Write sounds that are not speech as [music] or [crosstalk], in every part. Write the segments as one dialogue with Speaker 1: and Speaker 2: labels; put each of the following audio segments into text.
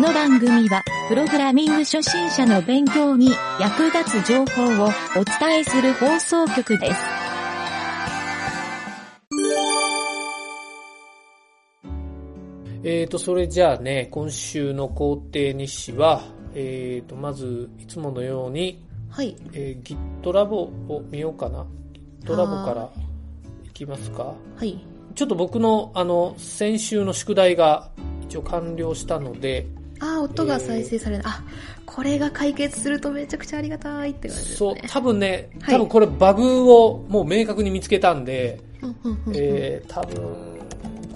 Speaker 1: の番組は、プログラミング初心者の勉強に役立つ情報をお伝えする放送局です。
Speaker 2: えーと、それじゃあね、今週の工程日誌は、えーと、まず、いつものように、
Speaker 3: はい。
Speaker 2: えー GitLab を見ようかな。GitLab からいきますか。
Speaker 3: はい。
Speaker 2: ちょっと僕の、あの、先週の宿題が一応完了したので、
Speaker 3: あー、音が再生されない。あ、これが解決するとめちゃくちゃありがたいって感じです
Speaker 2: そう
Speaker 3: ね。、
Speaker 2: 多分ね、
Speaker 3: はい
Speaker 2: 多分これバグをもう明確に見つけたんで、
Speaker 3: うんうんうんうん
Speaker 2: えー、多分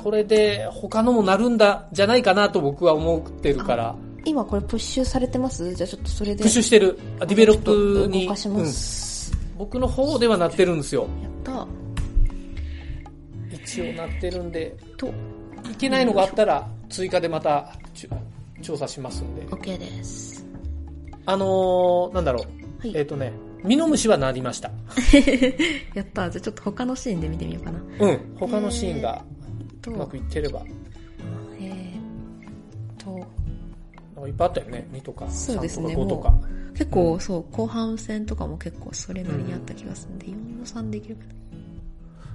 Speaker 2: これで他のもなるんだじゃないかなと僕は思ってるから、
Speaker 3: 今これプッシュされてますじゃあちょっとそれで。
Speaker 2: プッシュしてる、あディベロップに
Speaker 3: 動かします。
Speaker 2: うん僕の方ではなってるんですよ。
Speaker 3: やった。
Speaker 2: 一応なってるんで、
Speaker 3: と、
Speaker 2: いけないのがあったら追加でまたちゅ調査しますんで。
Speaker 3: OK です。
Speaker 2: あのー、なんだろう、
Speaker 3: はい
Speaker 2: えっ、とね、ミノムシはなりました。
Speaker 3: やった。じゃあちょっと他のシーンで見てみようかな。
Speaker 2: うん、他のシーンがう
Speaker 3: と、
Speaker 2: まくいってれば。
Speaker 3: えーっと、
Speaker 2: なんかいっぱいあったよね、2とか3
Speaker 3: そうですね
Speaker 2: とか5とか。
Speaker 3: 結構そう、後半戦とかも結構それなりにあった気がするんで、4の3でいけるかな。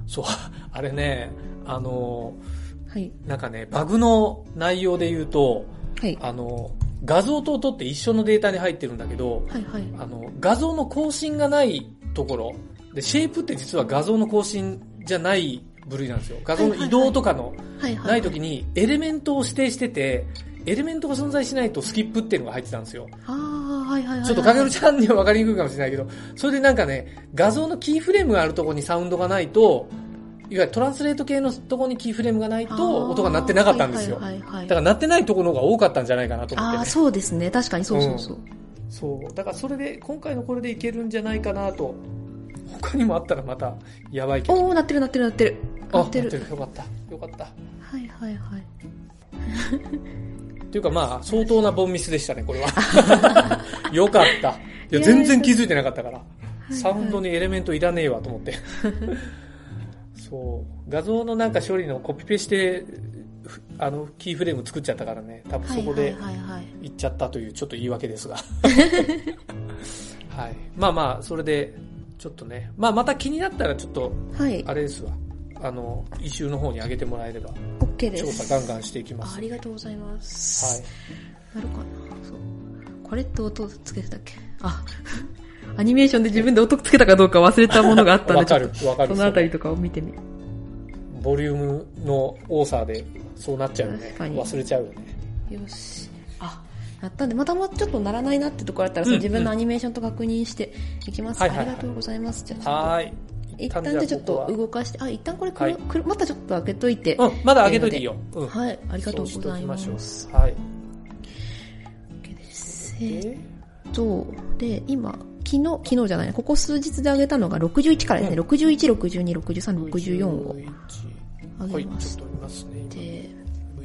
Speaker 2: そう、あれね、あの
Speaker 3: はい。
Speaker 2: ー、なんかね、バグの内容で言うと、
Speaker 3: はい。
Speaker 2: あのー、画像と音って一緒のデータに入ってるんだけど、
Speaker 3: はいはい。
Speaker 2: あの、画像の更新がないところ、で、シェイプって実は画像の更新じゃない部類なんですよ。画像の移動とかの
Speaker 3: はいはい。
Speaker 2: ない時に、エレメントを指定してて、エレメントが存在しないとスキップっていうのが入ってたんですよ。
Speaker 3: ああ、はいはいはいはい。
Speaker 2: ちょっとかけるちゃんには分かりにくいかもしれないけど、それでなんかね、画像のキーフレームがあるところにサウンドがないと、いわゆるトランスレート系のところにキーフレームがない
Speaker 3: あー
Speaker 2: と、音が鳴ってなかったんですよ。
Speaker 3: は
Speaker 2: だ
Speaker 3: いはいはいはい
Speaker 2: から鳴ってないところの方が多かったんじゃないかなと思って、
Speaker 3: あ
Speaker 2: ね
Speaker 3: あ、。そうですね。確かにそうそうそう。
Speaker 2: そう。だからそれで、今回のこれでいけるんじゃないかなと。他にもあったらまた、やばいけど。
Speaker 3: おお、なってるなってるなってる。
Speaker 2: あ、
Speaker 3: な
Speaker 2: な
Speaker 3: っ
Speaker 2: って
Speaker 3: て
Speaker 2: る。
Speaker 3: る。
Speaker 2: よかった。よかった。
Speaker 3: はいはいはい。
Speaker 2: っていうかまあ、相当なボンミスでしたね、これは。
Speaker 3: [laughs]
Speaker 2: よかった。いや、全然気づいてなかったから。
Speaker 3: い
Speaker 2: サウンドにエレメントいらねえわと思って。そう。画像のなんか処理のコピペして、ふあの、キーフレーム作っちゃったからね。多分そこで
Speaker 3: はいはいはいはい。
Speaker 2: 行っちゃったという、ちょっと言い訳です
Speaker 3: [laughs]
Speaker 2: が。はい。まあまあ、それで、ちょっとね。まあ、また気になったら、ちょっと、
Speaker 3: はい
Speaker 2: あ。れですわ。あの、異臭の方に上げてもらえれば、
Speaker 3: OK で
Speaker 2: 調
Speaker 3: す。
Speaker 2: 査ガンガンしていきま
Speaker 3: あ
Speaker 2: す。
Speaker 3: あ
Speaker 2: はい
Speaker 3: りがとうございます。。なるかなそう。これって音つけてたっけあ、 [laughs] アニメーションで自分で音つけたかどうか忘れたものがあったん
Speaker 2: わ
Speaker 3: で、ち
Speaker 2: か
Speaker 3: ょ
Speaker 2: る
Speaker 3: っ、
Speaker 2: わか
Speaker 3: と、
Speaker 2: る。
Speaker 3: そのあたりとかを見てみ、
Speaker 2: ボリュームの多さで、そうなっちゃうよね
Speaker 3: 確。かに
Speaker 2: 忘れちゃうよね。
Speaker 3: よし。あ、なったんで、またもうちょっとならないなってところあったら、その
Speaker 2: うん
Speaker 3: 自分のアニメーションと確認していきます。
Speaker 2: は
Speaker 3: あ
Speaker 2: いはい
Speaker 3: り
Speaker 2: はい
Speaker 3: がとうございます。じゃあちょっと
Speaker 2: はーい。
Speaker 3: 一旦じゃあちょっ
Speaker 2: ことこは
Speaker 3: 動かして、あ、一旦これくる、
Speaker 2: はい
Speaker 3: くるまたちょっと開けといて。
Speaker 2: うん、まだ上げといていいよ。うん。
Speaker 3: はい、ありがとうございま
Speaker 2: そう
Speaker 3: す。
Speaker 2: しておきましょうはい。
Speaker 3: OK ですえーっ
Speaker 2: で
Speaker 3: と、で、今、昨日、昨日じゃない、ここ数日で上げたのが61からですね、
Speaker 2: うん
Speaker 3: 61、62、63、64を
Speaker 2: は
Speaker 3: 上
Speaker 2: い、
Speaker 3: げま
Speaker 2: ちょっ
Speaker 3: し
Speaker 2: と見ますね。今
Speaker 3: て、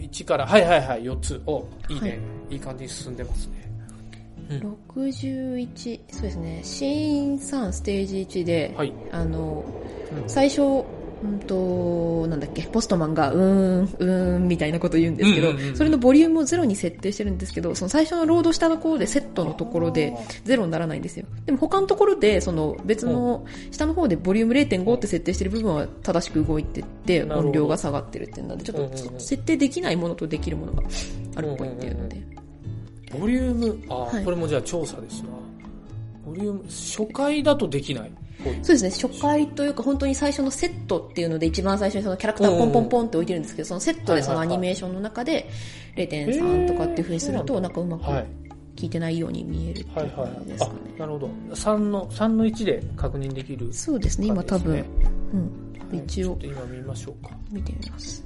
Speaker 2: 1から、はいはいはい、4つ。お、いいね。、
Speaker 3: はい
Speaker 2: い感じに進んでますね。うん
Speaker 3: 61、そうですね、シーン3、ステージ1で、
Speaker 2: はい。
Speaker 3: あの、
Speaker 2: うん
Speaker 3: 最初、うんと、なんだっけ、ポストマンが、うーん、うーん、みたいなこと言うんですけど、
Speaker 2: うんうんうん
Speaker 3: それのボリュームをゼロに設定してるんですけど、その最初のロードしたところでセットのところで
Speaker 2: あ
Speaker 3: ゼロにならないんですよ。でも他のところで、その別の下の方でボリューム0.5って設定してる部分は正しく動いてって、
Speaker 2: なるほど
Speaker 3: 音量が下がってるっていうので、ちょっと
Speaker 2: うんうんうん
Speaker 3: 設定できないものとできるものがあるっぽいっていうので。
Speaker 2: ボリューム、あ、
Speaker 3: はい
Speaker 2: これもじゃあ調査ですな。ボリューム、初回だとできない。ほい
Speaker 3: そうですね、初回というか本当に最初のセットっていうので一番最初にそのキャラクターポンポンポンって置いてるんですけど、そのセットでそのアニメーションの中で0.3とかっていう風にする
Speaker 2: へ
Speaker 3: と
Speaker 2: ー
Speaker 3: なんかうまく
Speaker 2: はい。
Speaker 3: 効いてないように見えるって
Speaker 2: はいいうはい
Speaker 3: 感じ。ですかね。
Speaker 2: あ、なるほど。3の、3の1で確認できる。
Speaker 3: そうですね、今多分、
Speaker 2: 感
Speaker 3: うん、
Speaker 2: じですね
Speaker 3: 一
Speaker 2: は
Speaker 3: 応
Speaker 2: いちょっと今見ましょうか。
Speaker 3: 見てみます。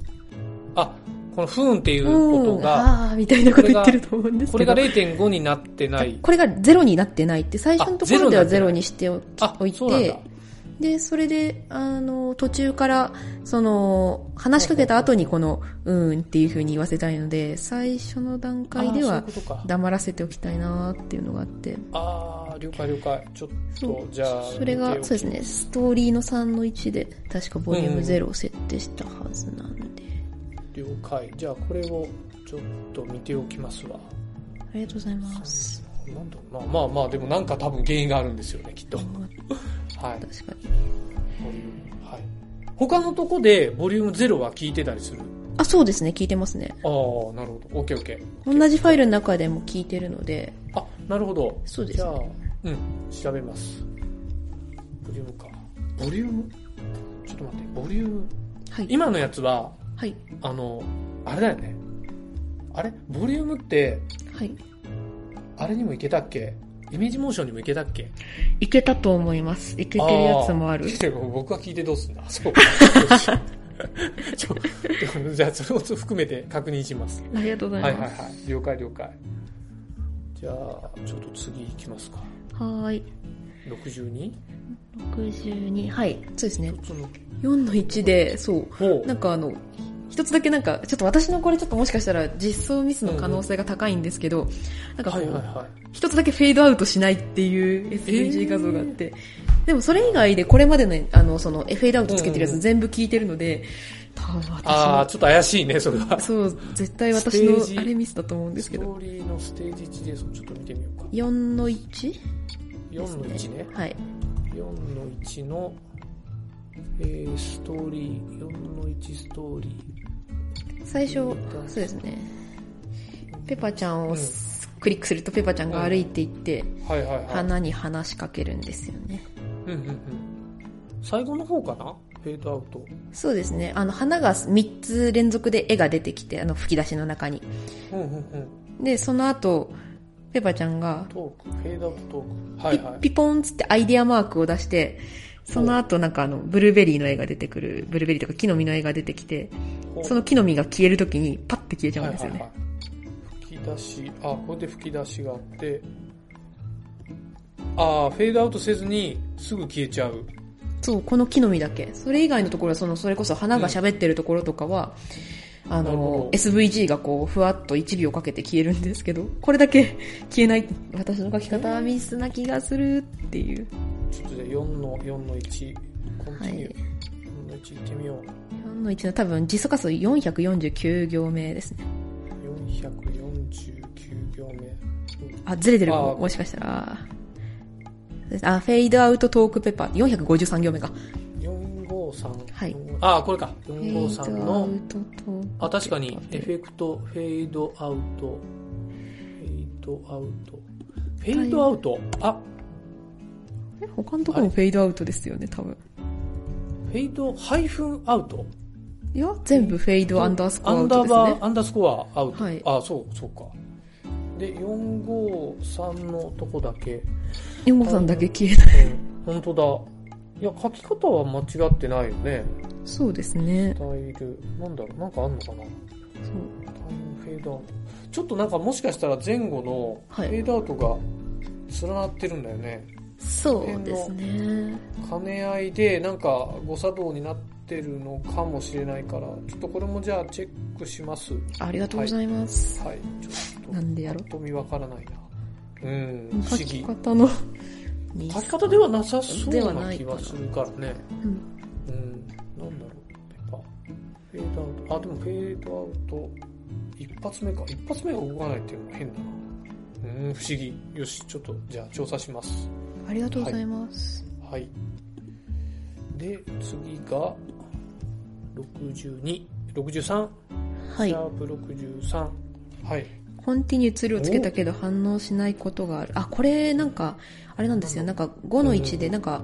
Speaker 2: あ、この不運っていう
Speaker 3: う
Speaker 2: こと
Speaker 3: ん、
Speaker 2: が、
Speaker 3: ああ、みたいなこと言ってると思うんです
Speaker 2: こ
Speaker 3: けど
Speaker 2: れが。0.5になってない。
Speaker 3: これがゼロになってないって、最初のところで
Speaker 2: あ
Speaker 3: は
Speaker 2: ゼ
Speaker 3: ゼ
Speaker 2: ロ
Speaker 3: ロ
Speaker 2: に
Speaker 3: にしておき
Speaker 2: あ
Speaker 3: おい
Speaker 2: そうなん
Speaker 3: て
Speaker 2: だ、
Speaker 3: で、それで、あの、途中から、その、話しかけた後にこの、うーんっていう風に言わせたいので、最初の段階で
Speaker 2: あー
Speaker 3: は
Speaker 2: そういうことか
Speaker 3: 黙らせておきたいなっていうのがあって、
Speaker 2: ああ、了解了解。ちょっ
Speaker 3: そ
Speaker 2: と、じゃあ、
Speaker 3: それが、そうです
Speaker 2: ね。
Speaker 3: ね、ストーリーの3の1で、確かボリュー
Speaker 2: うんう
Speaker 3: ム
Speaker 2: ん
Speaker 3: ゼロを設定したはずなんで、
Speaker 2: 了解。じゃあ、これをちょっと見ておきますわ。
Speaker 3: りがとうございます。
Speaker 2: なんだろうな。まあまあ、でもなんか多分原因があるんですよね、きっと。はい。
Speaker 3: 確かに。
Speaker 2: ボリューム。はい。他のとこでボリューム0は聞いてたりする。
Speaker 3: あ、そうですね、聞いてますね。
Speaker 2: ああ、なるほど。オッケーオッケー。
Speaker 3: 同じファイルの中でも聞いてるので、
Speaker 2: あ、なるほど。
Speaker 3: そうで
Speaker 2: じ
Speaker 3: す
Speaker 2: ゃあ
Speaker 3: ね。、
Speaker 2: うん、調べます。ボリュームか。ボリュームちょっと待って、ボリューム。
Speaker 3: はい。
Speaker 2: 今のやつは、
Speaker 3: はい。
Speaker 2: あの、あれだよね。あれボリュームって、
Speaker 3: はい。
Speaker 2: あれにもいけたっけイメージモーションにもいけたっけ
Speaker 3: いけたと思います。いけてるやつもある。
Speaker 2: ー僕は聞いてどう
Speaker 3: [laughs]
Speaker 2: すんだ。 [laughs] そう。ちょでもじゃあ、それを含めて確認します。
Speaker 3: ありがとうご
Speaker 2: は
Speaker 3: ざ
Speaker 2: い
Speaker 3: い
Speaker 2: はい
Speaker 3: ま
Speaker 2: はい。了解了解。じゃあ、ちょっと次行きますか。
Speaker 3: す。はーい。
Speaker 2: 62?
Speaker 3: 62。はい。そうですね。
Speaker 2: その、
Speaker 3: 4の1で、そう。
Speaker 2: ほう
Speaker 3: なんかあの、一つだけなんか、ちょっと私のこれちょっともしかしたら実装ミスの可能性が高いんですけど、なんかこ
Speaker 2: は
Speaker 3: う、
Speaker 2: いはいはい。
Speaker 3: 一つだけフェードアウトしないっていう SVG 画像があって、でもそれ以外でこれまでの、あの、その、フェードアウトつけてるや
Speaker 2: うんう
Speaker 3: つ
Speaker 2: ん
Speaker 3: 全部聞いてるので、多分
Speaker 2: ああ、
Speaker 3: 私
Speaker 2: ちょっと怪しいね、それは
Speaker 3: の、。そう、絶対私
Speaker 2: ステージ
Speaker 3: のあれミスだと思うんです
Speaker 2: スト
Speaker 3: けど、
Speaker 2: ーリーのステージ1です。ちょっと見てみようか。
Speaker 3: 4の 1?
Speaker 2: 4の1ね。
Speaker 3: はい。
Speaker 2: 4の1の、えー、ストーリー、4の1ストーリ
Speaker 3: 最初、そうですね。ペパちゃんをクリックするとペパちゃんが歩いていって、
Speaker 2: ー。はいはいはい。
Speaker 3: 花に話しかけるんですよね。
Speaker 2: うんうんうん。最後の方かなフェードアウト。
Speaker 3: そうですね。あの、花が3つ連続で絵が出てきて、あの、吹き出しの中に。
Speaker 2: うんうんうん。
Speaker 3: で、その後、ペパちゃんが、
Speaker 2: トーク、フェードアウトトーク。は
Speaker 3: ピ
Speaker 2: い
Speaker 3: ッ
Speaker 2: はい。
Speaker 3: ピポンっつってアイディアマークを出して、その後なんかあの、ブルーベリーの絵が出てくる、ブルーベリーとか木の実の絵が出てきて、
Speaker 2: ほう
Speaker 3: その木の実が消えるときにパッて消えちゃうんですよ
Speaker 2: は
Speaker 3: ね
Speaker 2: い。はいはい、吹き出し、あ、これで吹き出しがあって、ああ、フェードアウトせずにすぐ消えちゃう。
Speaker 3: そう、この木の実だけ。それ以外のところは、その、それこそ花が喋ってるところとかは、あ
Speaker 2: なるほ
Speaker 3: の、
Speaker 2: ど
Speaker 3: SVG がこう、ふわっと1秒かけて消えるんですけど、これだけ消えない。私の書き方はミスな気がするっていう。
Speaker 2: ちょっとじゃあ4の、4の1、コンティニュー。
Speaker 3: は
Speaker 2: 4の1行ってみよう。
Speaker 3: 4の1の多分、実素化数449行目ですね。
Speaker 2: 449行目。
Speaker 3: あ、ずれてるか
Speaker 2: あ
Speaker 3: も、もしかしたら。あ、フェイドアウトトークペッパー、453行目か。
Speaker 2: 453。
Speaker 3: はい
Speaker 2: ああ、これか。
Speaker 3: フェイ
Speaker 2: 453
Speaker 3: ドア
Speaker 2: の
Speaker 3: ウ、トトーク。
Speaker 2: あ、確かに、エフ
Speaker 3: フ
Speaker 2: ェクト、フェードアウト、フェードアウト。フェードアウトあ、
Speaker 3: ェ他のところもフェイドアウトですよね、多分。
Speaker 2: フェード、ハイフンアウト
Speaker 3: いや、全部フェイドアンダースコアアウトです
Speaker 2: アンダーバ
Speaker 3: ね
Speaker 2: ー、。アンダースコアアウト。
Speaker 3: はい
Speaker 2: あ、そう、そうか。で、453のとこだけ。
Speaker 3: ヨモさんだけ消えない。
Speaker 2: うん、本当だ。いや、書き方は間違ってないよね。
Speaker 3: そうですね
Speaker 2: ス。タイル。なんだろう、なんかあんのかな
Speaker 3: そう。
Speaker 2: タイムフェードアウト。ちょっとなんかもしかしたら前後のフ
Speaker 3: はい
Speaker 2: ェードアウトが連なってるんだよね。
Speaker 3: そうですね。
Speaker 2: 兼ね合いでなんか誤作動になってるのかもしれないから、ちょっとこれもじゃあチェックします。
Speaker 3: ありがとうございます。
Speaker 2: はい、ちょっと。
Speaker 3: なんでやろ
Speaker 2: と見わからないな。うん、不
Speaker 3: 書
Speaker 2: 思
Speaker 3: き
Speaker 2: 議。
Speaker 3: 方の。
Speaker 2: 書き方ではなさそ
Speaker 3: では
Speaker 2: うな
Speaker 3: ない
Speaker 2: 気
Speaker 3: かな
Speaker 2: はするからね。
Speaker 3: うん
Speaker 2: うん、なんだろう。ペッパー。フェードアウト。あ、でもフェードアウト。一発目か。一発目が動かないっていうのも変だな。うん、不思議。よし、ちょっと、じゃあ調査します。
Speaker 3: ありがとうございます。
Speaker 2: はい。で、次が、62、63、
Speaker 3: は
Speaker 2: シ
Speaker 3: い。
Speaker 2: ャープ63。はい。
Speaker 3: コンティニューツールをつけたけど反応しないことがある。あ、これなんか、あれなんですよ。なんか5の1で、なんか、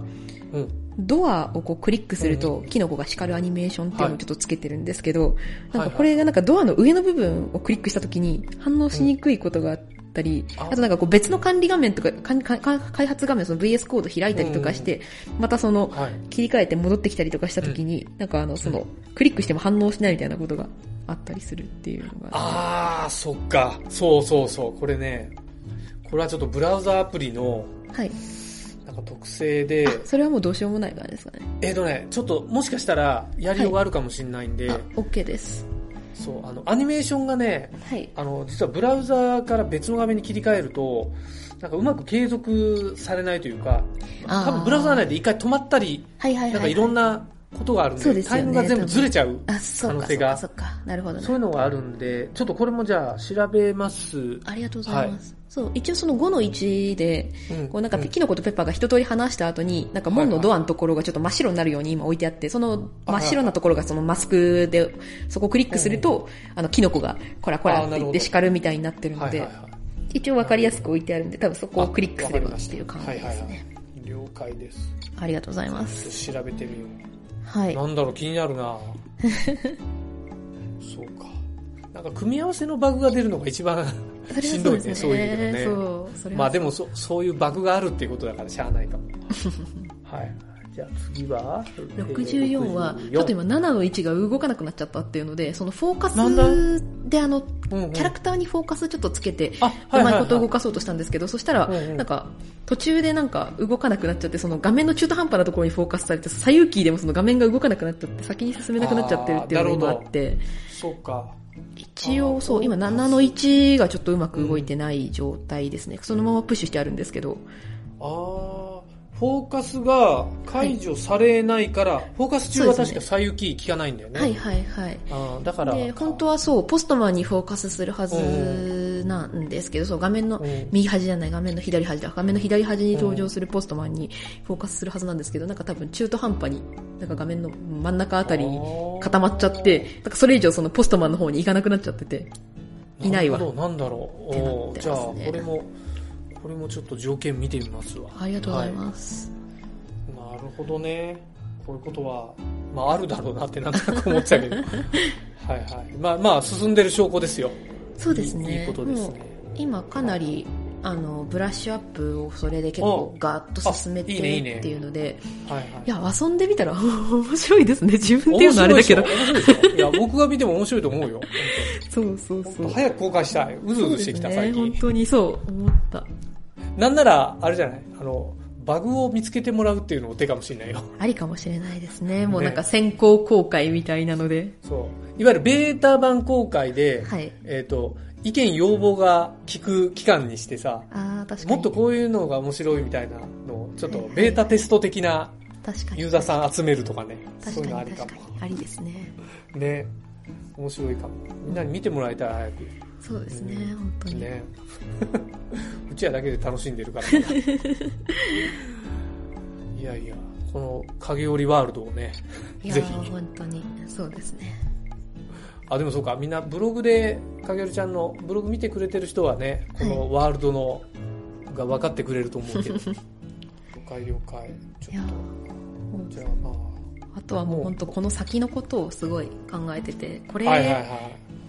Speaker 2: うん。
Speaker 3: ドアをこうクリックすると、キノコが光るアニメーションっていうのをちょっとつけてるんですけど、なんかこれがなんかドアの上の部分をクリックした時に反応しにくいことがあったり、
Speaker 2: うんあ
Speaker 3: あとなんかこう別の管理画面とか、かんかか開発画面、その VS コード開いたりとかして、またその、
Speaker 2: はい。
Speaker 3: 切り替えて戻ってきたりとかした時に、なんかあの、その、クリックしても反応しないみたいなことがあったりするっていうのが、
Speaker 2: あー、そっか。そうそうそう。これね、これはちょっとブラウザアプリの
Speaker 3: はい。
Speaker 2: なんか特性で、
Speaker 3: それはもうどうしようもないからですかね。
Speaker 2: えっ、とね、ちょっともしかしたらやりようがあるかもしれないんで、
Speaker 3: あ、OK です。
Speaker 2: そう、あの、アニメーションがね、
Speaker 3: はい。
Speaker 2: あの、実はブラウザから別の画面に切り替えると、なんかうまく継続されないというか、
Speaker 3: あー
Speaker 2: 多分ブラウザ内で一回止まったり、
Speaker 3: はいはいはい。
Speaker 2: なんかいろんなことがあるんで
Speaker 3: そうですよ
Speaker 2: タ
Speaker 3: ね
Speaker 2: イムが全部ずれちゃう。
Speaker 3: あ、そう
Speaker 2: 可能
Speaker 3: か、そ
Speaker 2: 性
Speaker 3: うか、
Speaker 2: が
Speaker 3: そうか。なるほどね
Speaker 2: そういうのがあるんで、ちょっとこれもじゃあ調べます。うん
Speaker 3: ありがとうございます。そう、一応その5の1で、こうなんかキノコとペッパーが一通り話した後に、なんか門のドアのところがちょっと真っ白になるように今置いてあって、その真っ白なところがそのマスクで、そこをクリックすると、あのキノコがこらこらって言って叱るみたいになってる
Speaker 2: は
Speaker 3: の
Speaker 2: いはい
Speaker 3: で
Speaker 2: は、い。
Speaker 3: 一応わかりやすく置いてあるんで、多分そこをクリックすれば
Speaker 2: あわかりま
Speaker 3: っ
Speaker 2: して
Speaker 3: い
Speaker 2: た
Speaker 3: う感じで
Speaker 2: はい
Speaker 3: す
Speaker 2: はいはい
Speaker 3: ね。
Speaker 2: 了解です。
Speaker 3: ありがとうございま
Speaker 2: ち
Speaker 3: す。
Speaker 2: ょっと調べてみよう。
Speaker 3: はい。
Speaker 2: なんだろう、気にな
Speaker 3: [laughs]
Speaker 2: るなそうか。なんか組み合わせのバグが出るのが一番
Speaker 3: それは
Speaker 2: しん
Speaker 3: そ
Speaker 2: ど
Speaker 3: う
Speaker 2: い
Speaker 3: で
Speaker 2: ね、
Speaker 3: す
Speaker 2: そういう
Speaker 3: ね。
Speaker 2: のね。
Speaker 3: そう、それは
Speaker 2: まあでもそ、そういうバグがあるっていうことだからしゃあない [laughs] かも。はい。じゃあ次は
Speaker 3: 64は、ちょっと、今7の位置が動かなくなっちゃったっていうので、そのフォーカ
Speaker 2: なんだ
Speaker 3: スであの、
Speaker 2: キ
Speaker 3: キャラクターにフォーカスちょっとつけて、
Speaker 2: あ、
Speaker 3: うまいこと動
Speaker 2: く。
Speaker 3: かそうとしたんですけど、そしたら、
Speaker 2: うんうん
Speaker 3: なんか、途中でなんか動かなくなっちゃって、その画面の中途半端なところにフォーカスされて、左右キーでもその画面が動かなくなっちゃって、先に進めなくなっちゃってるっていうの
Speaker 2: あー
Speaker 3: が
Speaker 2: な
Speaker 3: あ
Speaker 2: るほど
Speaker 3: って、
Speaker 2: そうか。
Speaker 3: 一
Speaker 2: あ
Speaker 3: 応
Speaker 2: ー
Speaker 3: そう、今7の1がちょっとうまく動いてない状態ですね。そのままプッシュしてあるんですけど、
Speaker 2: あーフォーカスが解除されないから、フォーカス中は確か左右キー効かないんだよね。
Speaker 3: はいはいはい。
Speaker 2: あーだから、
Speaker 3: で、本当はそう、ポストマンにフォーカスするはずなんですけど、そう、画面の
Speaker 2: うん
Speaker 3: 右端じゃない、画面の左端だ。画面の左端に登場するポストマンにフォーカスするはずなんですけど、なんか多分中途半端に、なんか画面の真ん中あたりに固まっちゃって、なんかそれ以上そのポストマンの方に行かなくなっちゃってて。いないわ
Speaker 2: るほどなんだろう。
Speaker 3: ってな
Speaker 2: お
Speaker 3: っ
Speaker 2: ー
Speaker 3: て
Speaker 2: じゃあ、
Speaker 3: ます
Speaker 2: こ
Speaker 3: ね
Speaker 2: れも、これもちょっと条件見てみますわ。
Speaker 3: ありがとうございます。
Speaker 2: なるほどね。こういうことは、まあ、あるだろうなってなんとなく思ってた
Speaker 3: [laughs]
Speaker 2: けど。はいはい。まあまあ、進んでる証拠ですよ。
Speaker 3: そうですね。
Speaker 2: いいいいことですね
Speaker 3: もう。今かなり、あの、ブラッシュアップをそれで結構ガーッと進めて
Speaker 2: あいいねいいね
Speaker 3: るっていうので、
Speaker 2: はいはい。
Speaker 3: いや、遊んでみたら [laughs] 面白いですね。自分っていうのはあれだけど。
Speaker 2: 面白いでしょ
Speaker 3: [laughs]
Speaker 2: 面白いでしょいや、僕が見ても面白いと思うよ。
Speaker 3: そうそう
Speaker 2: 本当
Speaker 3: そう
Speaker 2: 本当。早く公開したい。うずうずしてきた、
Speaker 3: そうで
Speaker 2: 最
Speaker 3: すね、本
Speaker 2: 近。
Speaker 3: 当にそう思った。
Speaker 2: なんなら、あれじゃないあの、バグを見つけてもらうっていうのも手かもしれないよ。
Speaker 3: ありかもしれないですね。もうなんか先行公開みたいなので。
Speaker 2: そう。いわゆるベータ版公開で、
Speaker 3: はい。
Speaker 2: えっ、と、意見要望が聞く期間にしてさ、
Speaker 3: ああ、確かに。
Speaker 2: もっとこういうのが面白いみたいなのを、ちょっとベータテスト的な
Speaker 3: 確かに。
Speaker 2: ユーザーさん集めるとかね、そう
Speaker 3: 確
Speaker 2: いうの
Speaker 3: か
Speaker 2: あ
Speaker 3: に
Speaker 2: りか
Speaker 3: 確か
Speaker 2: も。
Speaker 3: に。ありですね。
Speaker 2: ね。面白いかも。みんなに見てもらいたい、早く。
Speaker 3: そうですね、
Speaker 2: うん
Speaker 3: 本当に。 [laughs]
Speaker 2: ね。うちらだけで楽しんでるから。いやいや、この影織ワールドをね、
Speaker 3: いや
Speaker 2: ぜ
Speaker 3: ー
Speaker 2: ひ
Speaker 3: 本当に。そうですね。
Speaker 2: あ、でもそうか、みんなブログで、かげるちゃんのブログ見てくれてる人はね、このワールドの、が分かってくれると思うけど。了解了解。
Speaker 3: い
Speaker 2: ちょ
Speaker 3: や
Speaker 2: っ
Speaker 3: ー
Speaker 2: と、
Speaker 3: もう
Speaker 2: じゃあま
Speaker 3: あとはもう本当この先のことをすごい考えてて、こ
Speaker 2: あ、はいはい
Speaker 3: れ
Speaker 2: は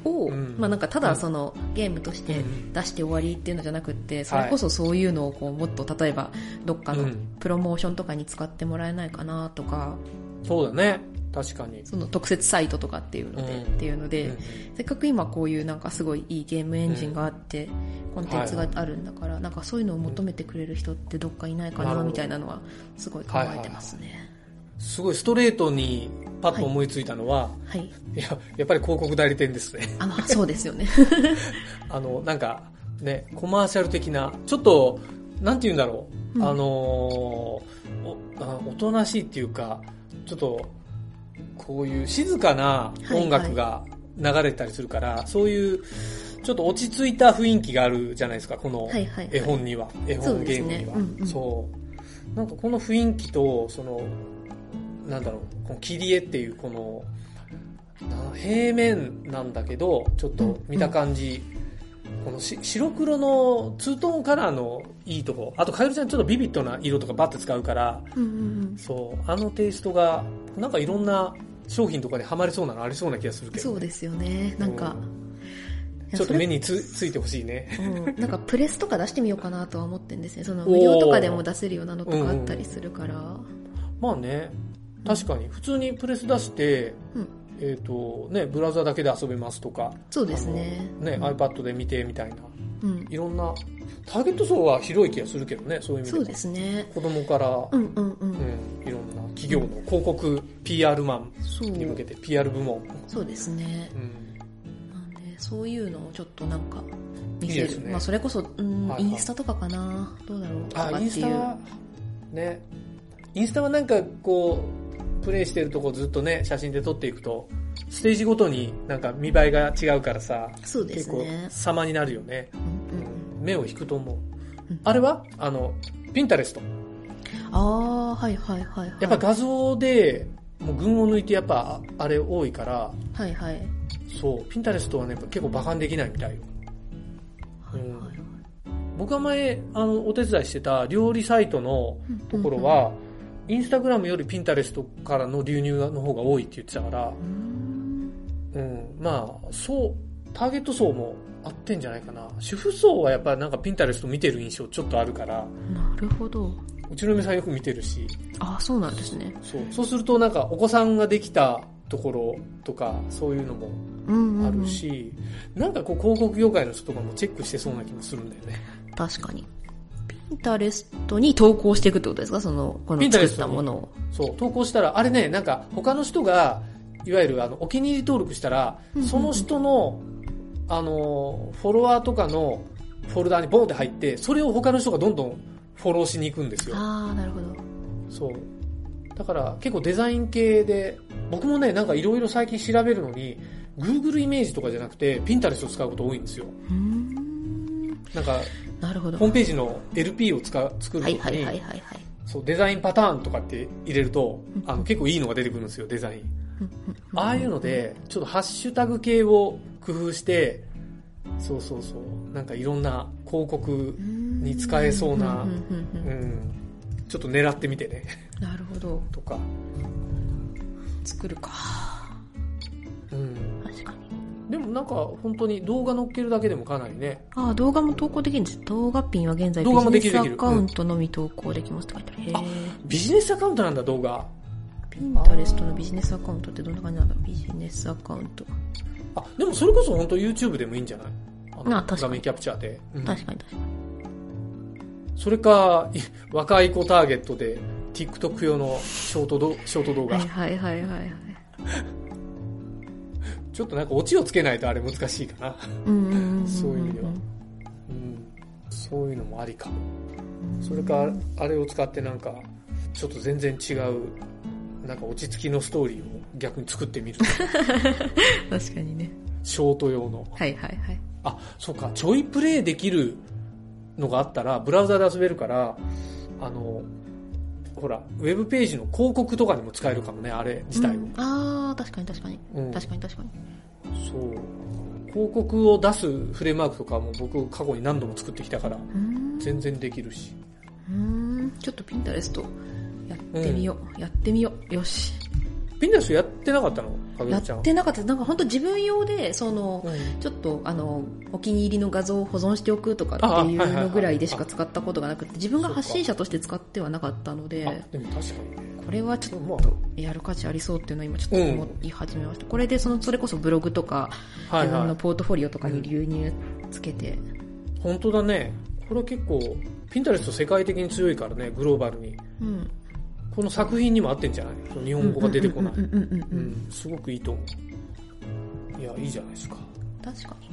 Speaker 3: を、
Speaker 2: うん
Speaker 3: まあなんかただそのゲームとして
Speaker 2: うん
Speaker 3: 出して終わりっていうのじゃなくって、それこそそういうのをこうもっと例えばどっか
Speaker 2: う
Speaker 3: の
Speaker 2: ん
Speaker 3: プロモーションとかに使ってもらえないかなとか、
Speaker 2: い。そうだね。確かに。
Speaker 3: その特設サイトとかっていうので、
Speaker 2: うん
Speaker 3: っていうので、せっかく今こういうなんかすごいいいゲームエンジンがあって、コンテンツがあるんだから、なんかそういうのを求めてくれる人ってどっかいないか
Speaker 2: なる
Speaker 3: な
Speaker 2: ほど
Speaker 3: みたいなのはすごい考えてますね。
Speaker 2: すごいストレートにパッと思いついたのは、
Speaker 3: はい、
Speaker 2: い、や、やっぱり広告代理店ですね。
Speaker 3: あ、まあそうですよね。
Speaker 2: [laughs] あの、なんか、ね、コマーシャル的な、ちょっと、なんて言うんだろう、
Speaker 3: うん
Speaker 2: あのーお、あおとなしいっていうか、ちょっと、こういう静かな音楽が流れたりするから、そういう、ちょっと落ち着いた雰囲気があるじゃないですか、この
Speaker 3: はいはいはい
Speaker 2: 絵本には、絵
Speaker 3: そう
Speaker 2: 本
Speaker 3: で
Speaker 2: ゲ
Speaker 3: す
Speaker 2: ーム
Speaker 3: ね
Speaker 2: には。
Speaker 3: うんうん
Speaker 2: そう。なんかこの雰囲気と、その、なんだろう、この切り絵っていう、この、な平面なんだけど、ちょっと見た感じ、このし白黒のツートンカラーのいいとこ、あとかよりちゃんちょっとビビッドな色とかバッて使うから、
Speaker 3: うんうん
Speaker 2: そう、あのテイストが、なんかいろんな商品とかにはまりそうなのありそうな気がする
Speaker 3: うん、
Speaker 2: けど。
Speaker 3: そうですよね。なんか、いや
Speaker 2: ちょっ
Speaker 3: そ
Speaker 2: と目
Speaker 3: れ
Speaker 2: につついてほしいね。
Speaker 3: うん、なんかプレスとか出してみようかなとは思ってんですね。その
Speaker 2: おー
Speaker 3: 無料とかでも出せるようなのとかあったりするから。
Speaker 2: まあね、確かに、普通にプレス出して、
Speaker 3: うん
Speaker 2: えっ、と、ね、ブラウザだけで遊べますとか、
Speaker 3: そうですね。
Speaker 2: ね、
Speaker 3: うん
Speaker 2: iPad で見てみたいな、
Speaker 3: うん。
Speaker 2: いろんな、ターゲット層は広い気がするけどね、そういう意味で
Speaker 3: そ
Speaker 2: は
Speaker 3: うですね。
Speaker 2: 子供から、
Speaker 3: うんうんうん。
Speaker 2: うん、いろんな企業の広告 PR マン
Speaker 3: そう。
Speaker 2: に向けて PR 部門、
Speaker 3: そうですね
Speaker 2: う。ん、
Speaker 3: なんで、そういうのをちょっとなんか見
Speaker 2: い
Speaker 3: せ
Speaker 2: いです
Speaker 3: る。
Speaker 2: ね
Speaker 3: まあそれこそ、うん、
Speaker 2: はいはい
Speaker 3: インスタとかかな。どうだろうとか
Speaker 2: あ
Speaker 3: っ
Speaker 2: イン
Speaker 3: て
Speaker 2: ス
Speaker 3: い
Speaker 2: タ
Speaker 3: う。
Speaker 2: ねインスタはなんかこプレイしてるとこずっとね、写真で撮っていくと、ステージごとになんか見栄えが違うからさ、
Speaker 3: そうで
Speaker 2: 結
Speaker 3: す
Speaker 2: 構
Speaker 3: ね。
Speaker 2: 様になるよね。
Speaker 3: うんうん
Speaker 2: 目を引くと思う
Speaker 3: うん。
Speaker 2: あれはあの、ピンタレスト。
Speaker 3: ああー、はいはいはい、はい。
Speaker 2: やっぱ画像で、もう群を抜いてやっぱああれ多いから、
Speaker 3: はいはい。はい
Speaker 2: そう、ピンタレストはね、結構馬鹿にできないみたいよ。
Speaker 3: はいはい。
Speaker 2: 僕が前、あの、お手伝いしてた料理サイトのところは、インスタグラムよりピンタレストからの流入の方が多いって言ってたから、
Speaker 3: うんうん
Speaker 2: うん、まあ、そう、ターゲット層も合ってんじゃないかな。主婦層はやっぱなんかピンタレスト見てる印象ちょっとあるから、
Speaker 3: うんなるほど。
Speaker 2: うちの嫁さんよく見てるし、
Speaker 3: ああ、そうなんですね。
Speaker 2: そう、そうするとなんかお子さんができたところとか、そういうのも
Speaker 3: うん、うん。
Speaker 2: ある。し、なんかこう広告業界の人とかもチェックしてそうな気もするんだよね。
Speaker 3: 確かに。ピンタレストに投稿していくってことですかその、この作った
Speaker 2: Pinterest に
Speaker 3: ものを。
Speaker 2: そう、投稿したら、あれね、なんか他の人が、いわゆるあの、お気に入り登録したら
Speaker 3: うんう、ん
Speaker 2: その人の、あの、フォロワーとかのフォルダーにボンって入って、それを他の人がどんどんフォローしに行くんですよ。
Speaker 3: ああ、なるほど。
Speaker 2: そう。だから結構デザイン系で、僕もね、なんかいろいろ最近調べるのに、Google イメージとかじゃなくて、Pinterest を使うこと多いんですよ。
Speaker 3: うん。
Speaker 2: なんか、
Speaker 3: なるほど。
Speaker 2: ホ
Speaker 3: は
Speaker 2: ームページの LP を使う、作る
Speaker 3: い
Speaker 2: と
Speaker 3: は
Speaker 2: き
Speaker 3: い
Speaker 2: に、
Speaker 3: はいはいはい。
Speaker 2: そう、デザインパターンとかって入れると
Speaker 3: うん、
Speaker 2: あの、結構いいのが出てくるんですよ、デザイ
Speaker 3: うん
Speaker 2: ン。
Speaker 3: うんうん
Speaker 2: ああいうので、ちょっとハッシュタグ系を工夫して、そうそうそう、なんかいろんな広告、に使えそうな
Speaker 3: うんうんうんうん
Speaker 2: うん、ちょっと狙ってみてね、
Speaker 3: なるほど。
Speaker 2: とか。
Speaker 3: 作るか。
Speaker 2: うん、
Speaker 3: 確かに。
Speaker 2: でもなんか本当に動画載っけるだけでもかなりね、
Speaker 3: ああ、動画も投稿できるんです。動画ピンは現在ビ
Speaker 2: 動画も
Speaker 3: ジ
Speaker 2: で
Speaker 3: ネス
Speaker 2: きるで
Speaker 3: ア
Speaker 2: きる
Speaker 3: カウントのみ投稿できますって書いてある。へ
Speaker 2: あ
Speaker 3: え。
Speaker 2: ビジネスアカウントなんだ、動画。
Speaker 3: ピンタレストのビジネスアカウントってどんな感じなんだろうビジネスアカウント。
Speaker 2: あ、でもそれこそ本当 YouTube でもいいんじゃないあの
Speaker 3: あ確かに
Speaker 2: 画面キャプチャーで。うん
Speaker 3: 確かに確かに。
Speaker 2: それか、 [laughs] い若い子ターゲットで TikTok 用のショートどショート動
Speaker 3: は
Speaker 2: 画
Speaker 3: い。はいはいはいはい。
Speaker 2: ちょっとなんかオチをつけないとあれ難しいかな。
Speaker 3: うんうんうんんん。
Speaker 2: そういう意味ではうん、そういうのもありかも。それか、あれを使ってなんか、ちょっと全然違う、なんか落ち着きのストーリーを逆に作ってみる。
Speaker 3: 確かにね。
Speaker 2: ショート用の。
Speaker 3: はいはいはい。
Speaker 2: あ、そうか、ちょいプレイできるのがあったら、ブラウザで遊べるから、あの、ほら、ウェブページの広告とかにも使えるかもね、あれ自体を。
Speaker 3: うんああ、確かに確かに。
Speaker 2: うん
Speaker 3: 確かに確かに。
Speaker 2: そう。広告を出すフレームワークとかも僕過去に何度も作ってきたから、
Speaker 3: うーん
Speaker 2: 全然できるし。
Speaker 3: うーん。ちょっとピンタレストやってみよう。やってみよう。よし。
Speaker 2: ピンダスやってなかったのかぐ
Speaker 3: や
Speaker 2: や
Speaker 3: っ
Speaker 2: ちゃん。
Speaker 3: てなかった。なんか本当自分用で、その、
Speaker 2: うん
Speaker 3: ちょっとあのお気に入りの画像を保存しておくとか
Speaker 2: ああ
Speaker 3: ってい
Speaker 2: はいはいうはいは
Speaker 3: の
Speaker 2: い
Speaker 3: ぐらいでしか使ったことがなくて自分が発信者として使ってはなかったので
Speaker 2: あでも確かにね
Speaker 3: これはちょっ
Speaker 2: ま
Speaker 3: とやる価値ありそうっていうのを今ちょっと思い始めました、これでそのそれこそブログとか
Speaker 2: あはい
Speaker 3: 自分
Speaker 2: は
Speaker 3: のポートフォリオとかに流入つけて、
Speaker 2: い本当だねこれ結構ピンタレスト世界的に強いからねグローバルに
Speaker 3: うん、
Speaker 2: この作品にも合ってんじゃないその日本語が出てこない
Speaker 3: うんうんうんうんうん
Speaker 2: う
Speaker 3: うん
Speaker 2: んすごくいいと思ういやいいじゃないですか
Speaker 3: 確かに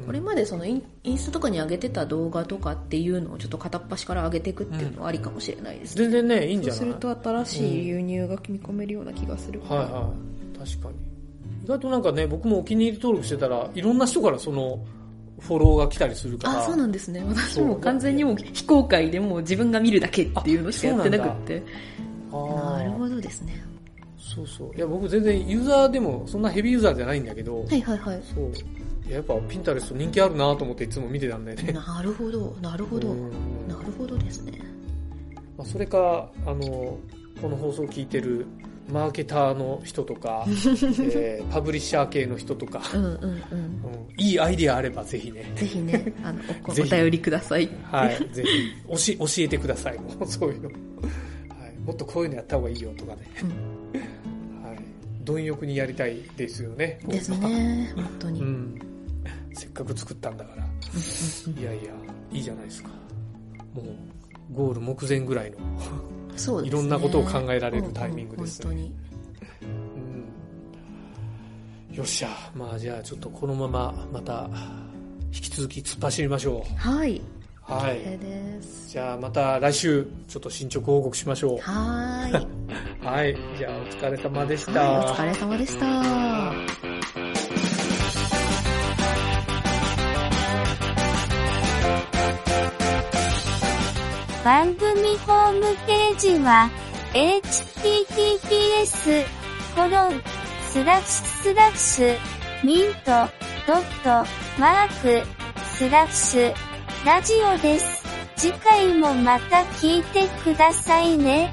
Speaker 2: うん
Speaker 3: これまでそのインインスタとかに上げてた動画とかっていうのをちょっと片っ端から上げていくっていうのはありかもしれないですね、
Speaker 2: 全然ねいいん
Speaker 3: そ
Speaker 2: じ
Speaker 3: う
Speaker 2: ゃ
Speaker 3: す
Speaker 2: ない
Speaker 3: ると新しい流入が組み込めるような気がするから、
Speaker 2: はいはい確かに意外となんかね僕もお気に入り登録してたらいろんな人からそのフォローが来たりするから
Speaker 3: あ、そうなんですね。私
Speaker 2: そう
Speaker 3: も完全にもう非公開でもう自分が見るだけっていうのしかやってなくって。
Speaker 2: あー
Speaker 3: なるほどですね。
Speaker 2: そうそういや僕全然ユーザーでもそんなヘビーユーザーじゃないんだけど、
Speaker 3: はいはいはい。
Speaker 2: そういややっぱピンタレスト人気あるなと思っていつも見てたんだよね
Speaker 3: なるほど、なるほど。
Speaker 2: うん
Speaker 3: なるほどですね。
Speaker 2: まあ、それかあのこの放送を聞いてるマーケターの人と [laughs] か、えーパブリッシャー系の人とか、
Speaker 3: うんうんうん。
Speaker 2: うん、いいアイディアあればぜひね
Speaker 3: ぜひね、あの、おお
Speaker 2: ぜひ
Speaker 3: 便りください。
Speaker 2: [laughs] はいぜひおし教えてくださいもうそういうの、はい、もっとこういうのやった方がいいよとかね、はい、貪欲にやりたいですよね
Speaker 3: ですね、本当に。
Speaker 2: う
Speaker 3: うん
Speaker 2: ん、せっかく作ったんだからいやいやいいじゃないですかもうゴール目前ぐらいの、
Speaker 3: そうですね。
Speaker 2: いろんなことを考えられるタイミングです
Speaker 3: う
Speaker 2: ね
Speaker 3: んうん本
Speaker 2: うん、よっしゃまあじゃあちょっとこのまままた引き続き突っ走りましょ
Speaker 3: 当に。はい。
Speaker 2: うは
Speaker 3: これ
Speaker 2: い
Speaker 3: です。
Speaker 2: じゃあまた来週ちょっと進捗報告しましょう
Speaker 3: はーい。
Speaker 2: はい。じゃあ、お疲れ様でした。
Speaker 3: はい、お疲れ様でした。
Speaker 4: 番組ホームページは、https, コロン、スラッシュスラッシュ、ミント、ドット、マーク、スラッシュ、ラジオです。次回もまた聞いてくださいね。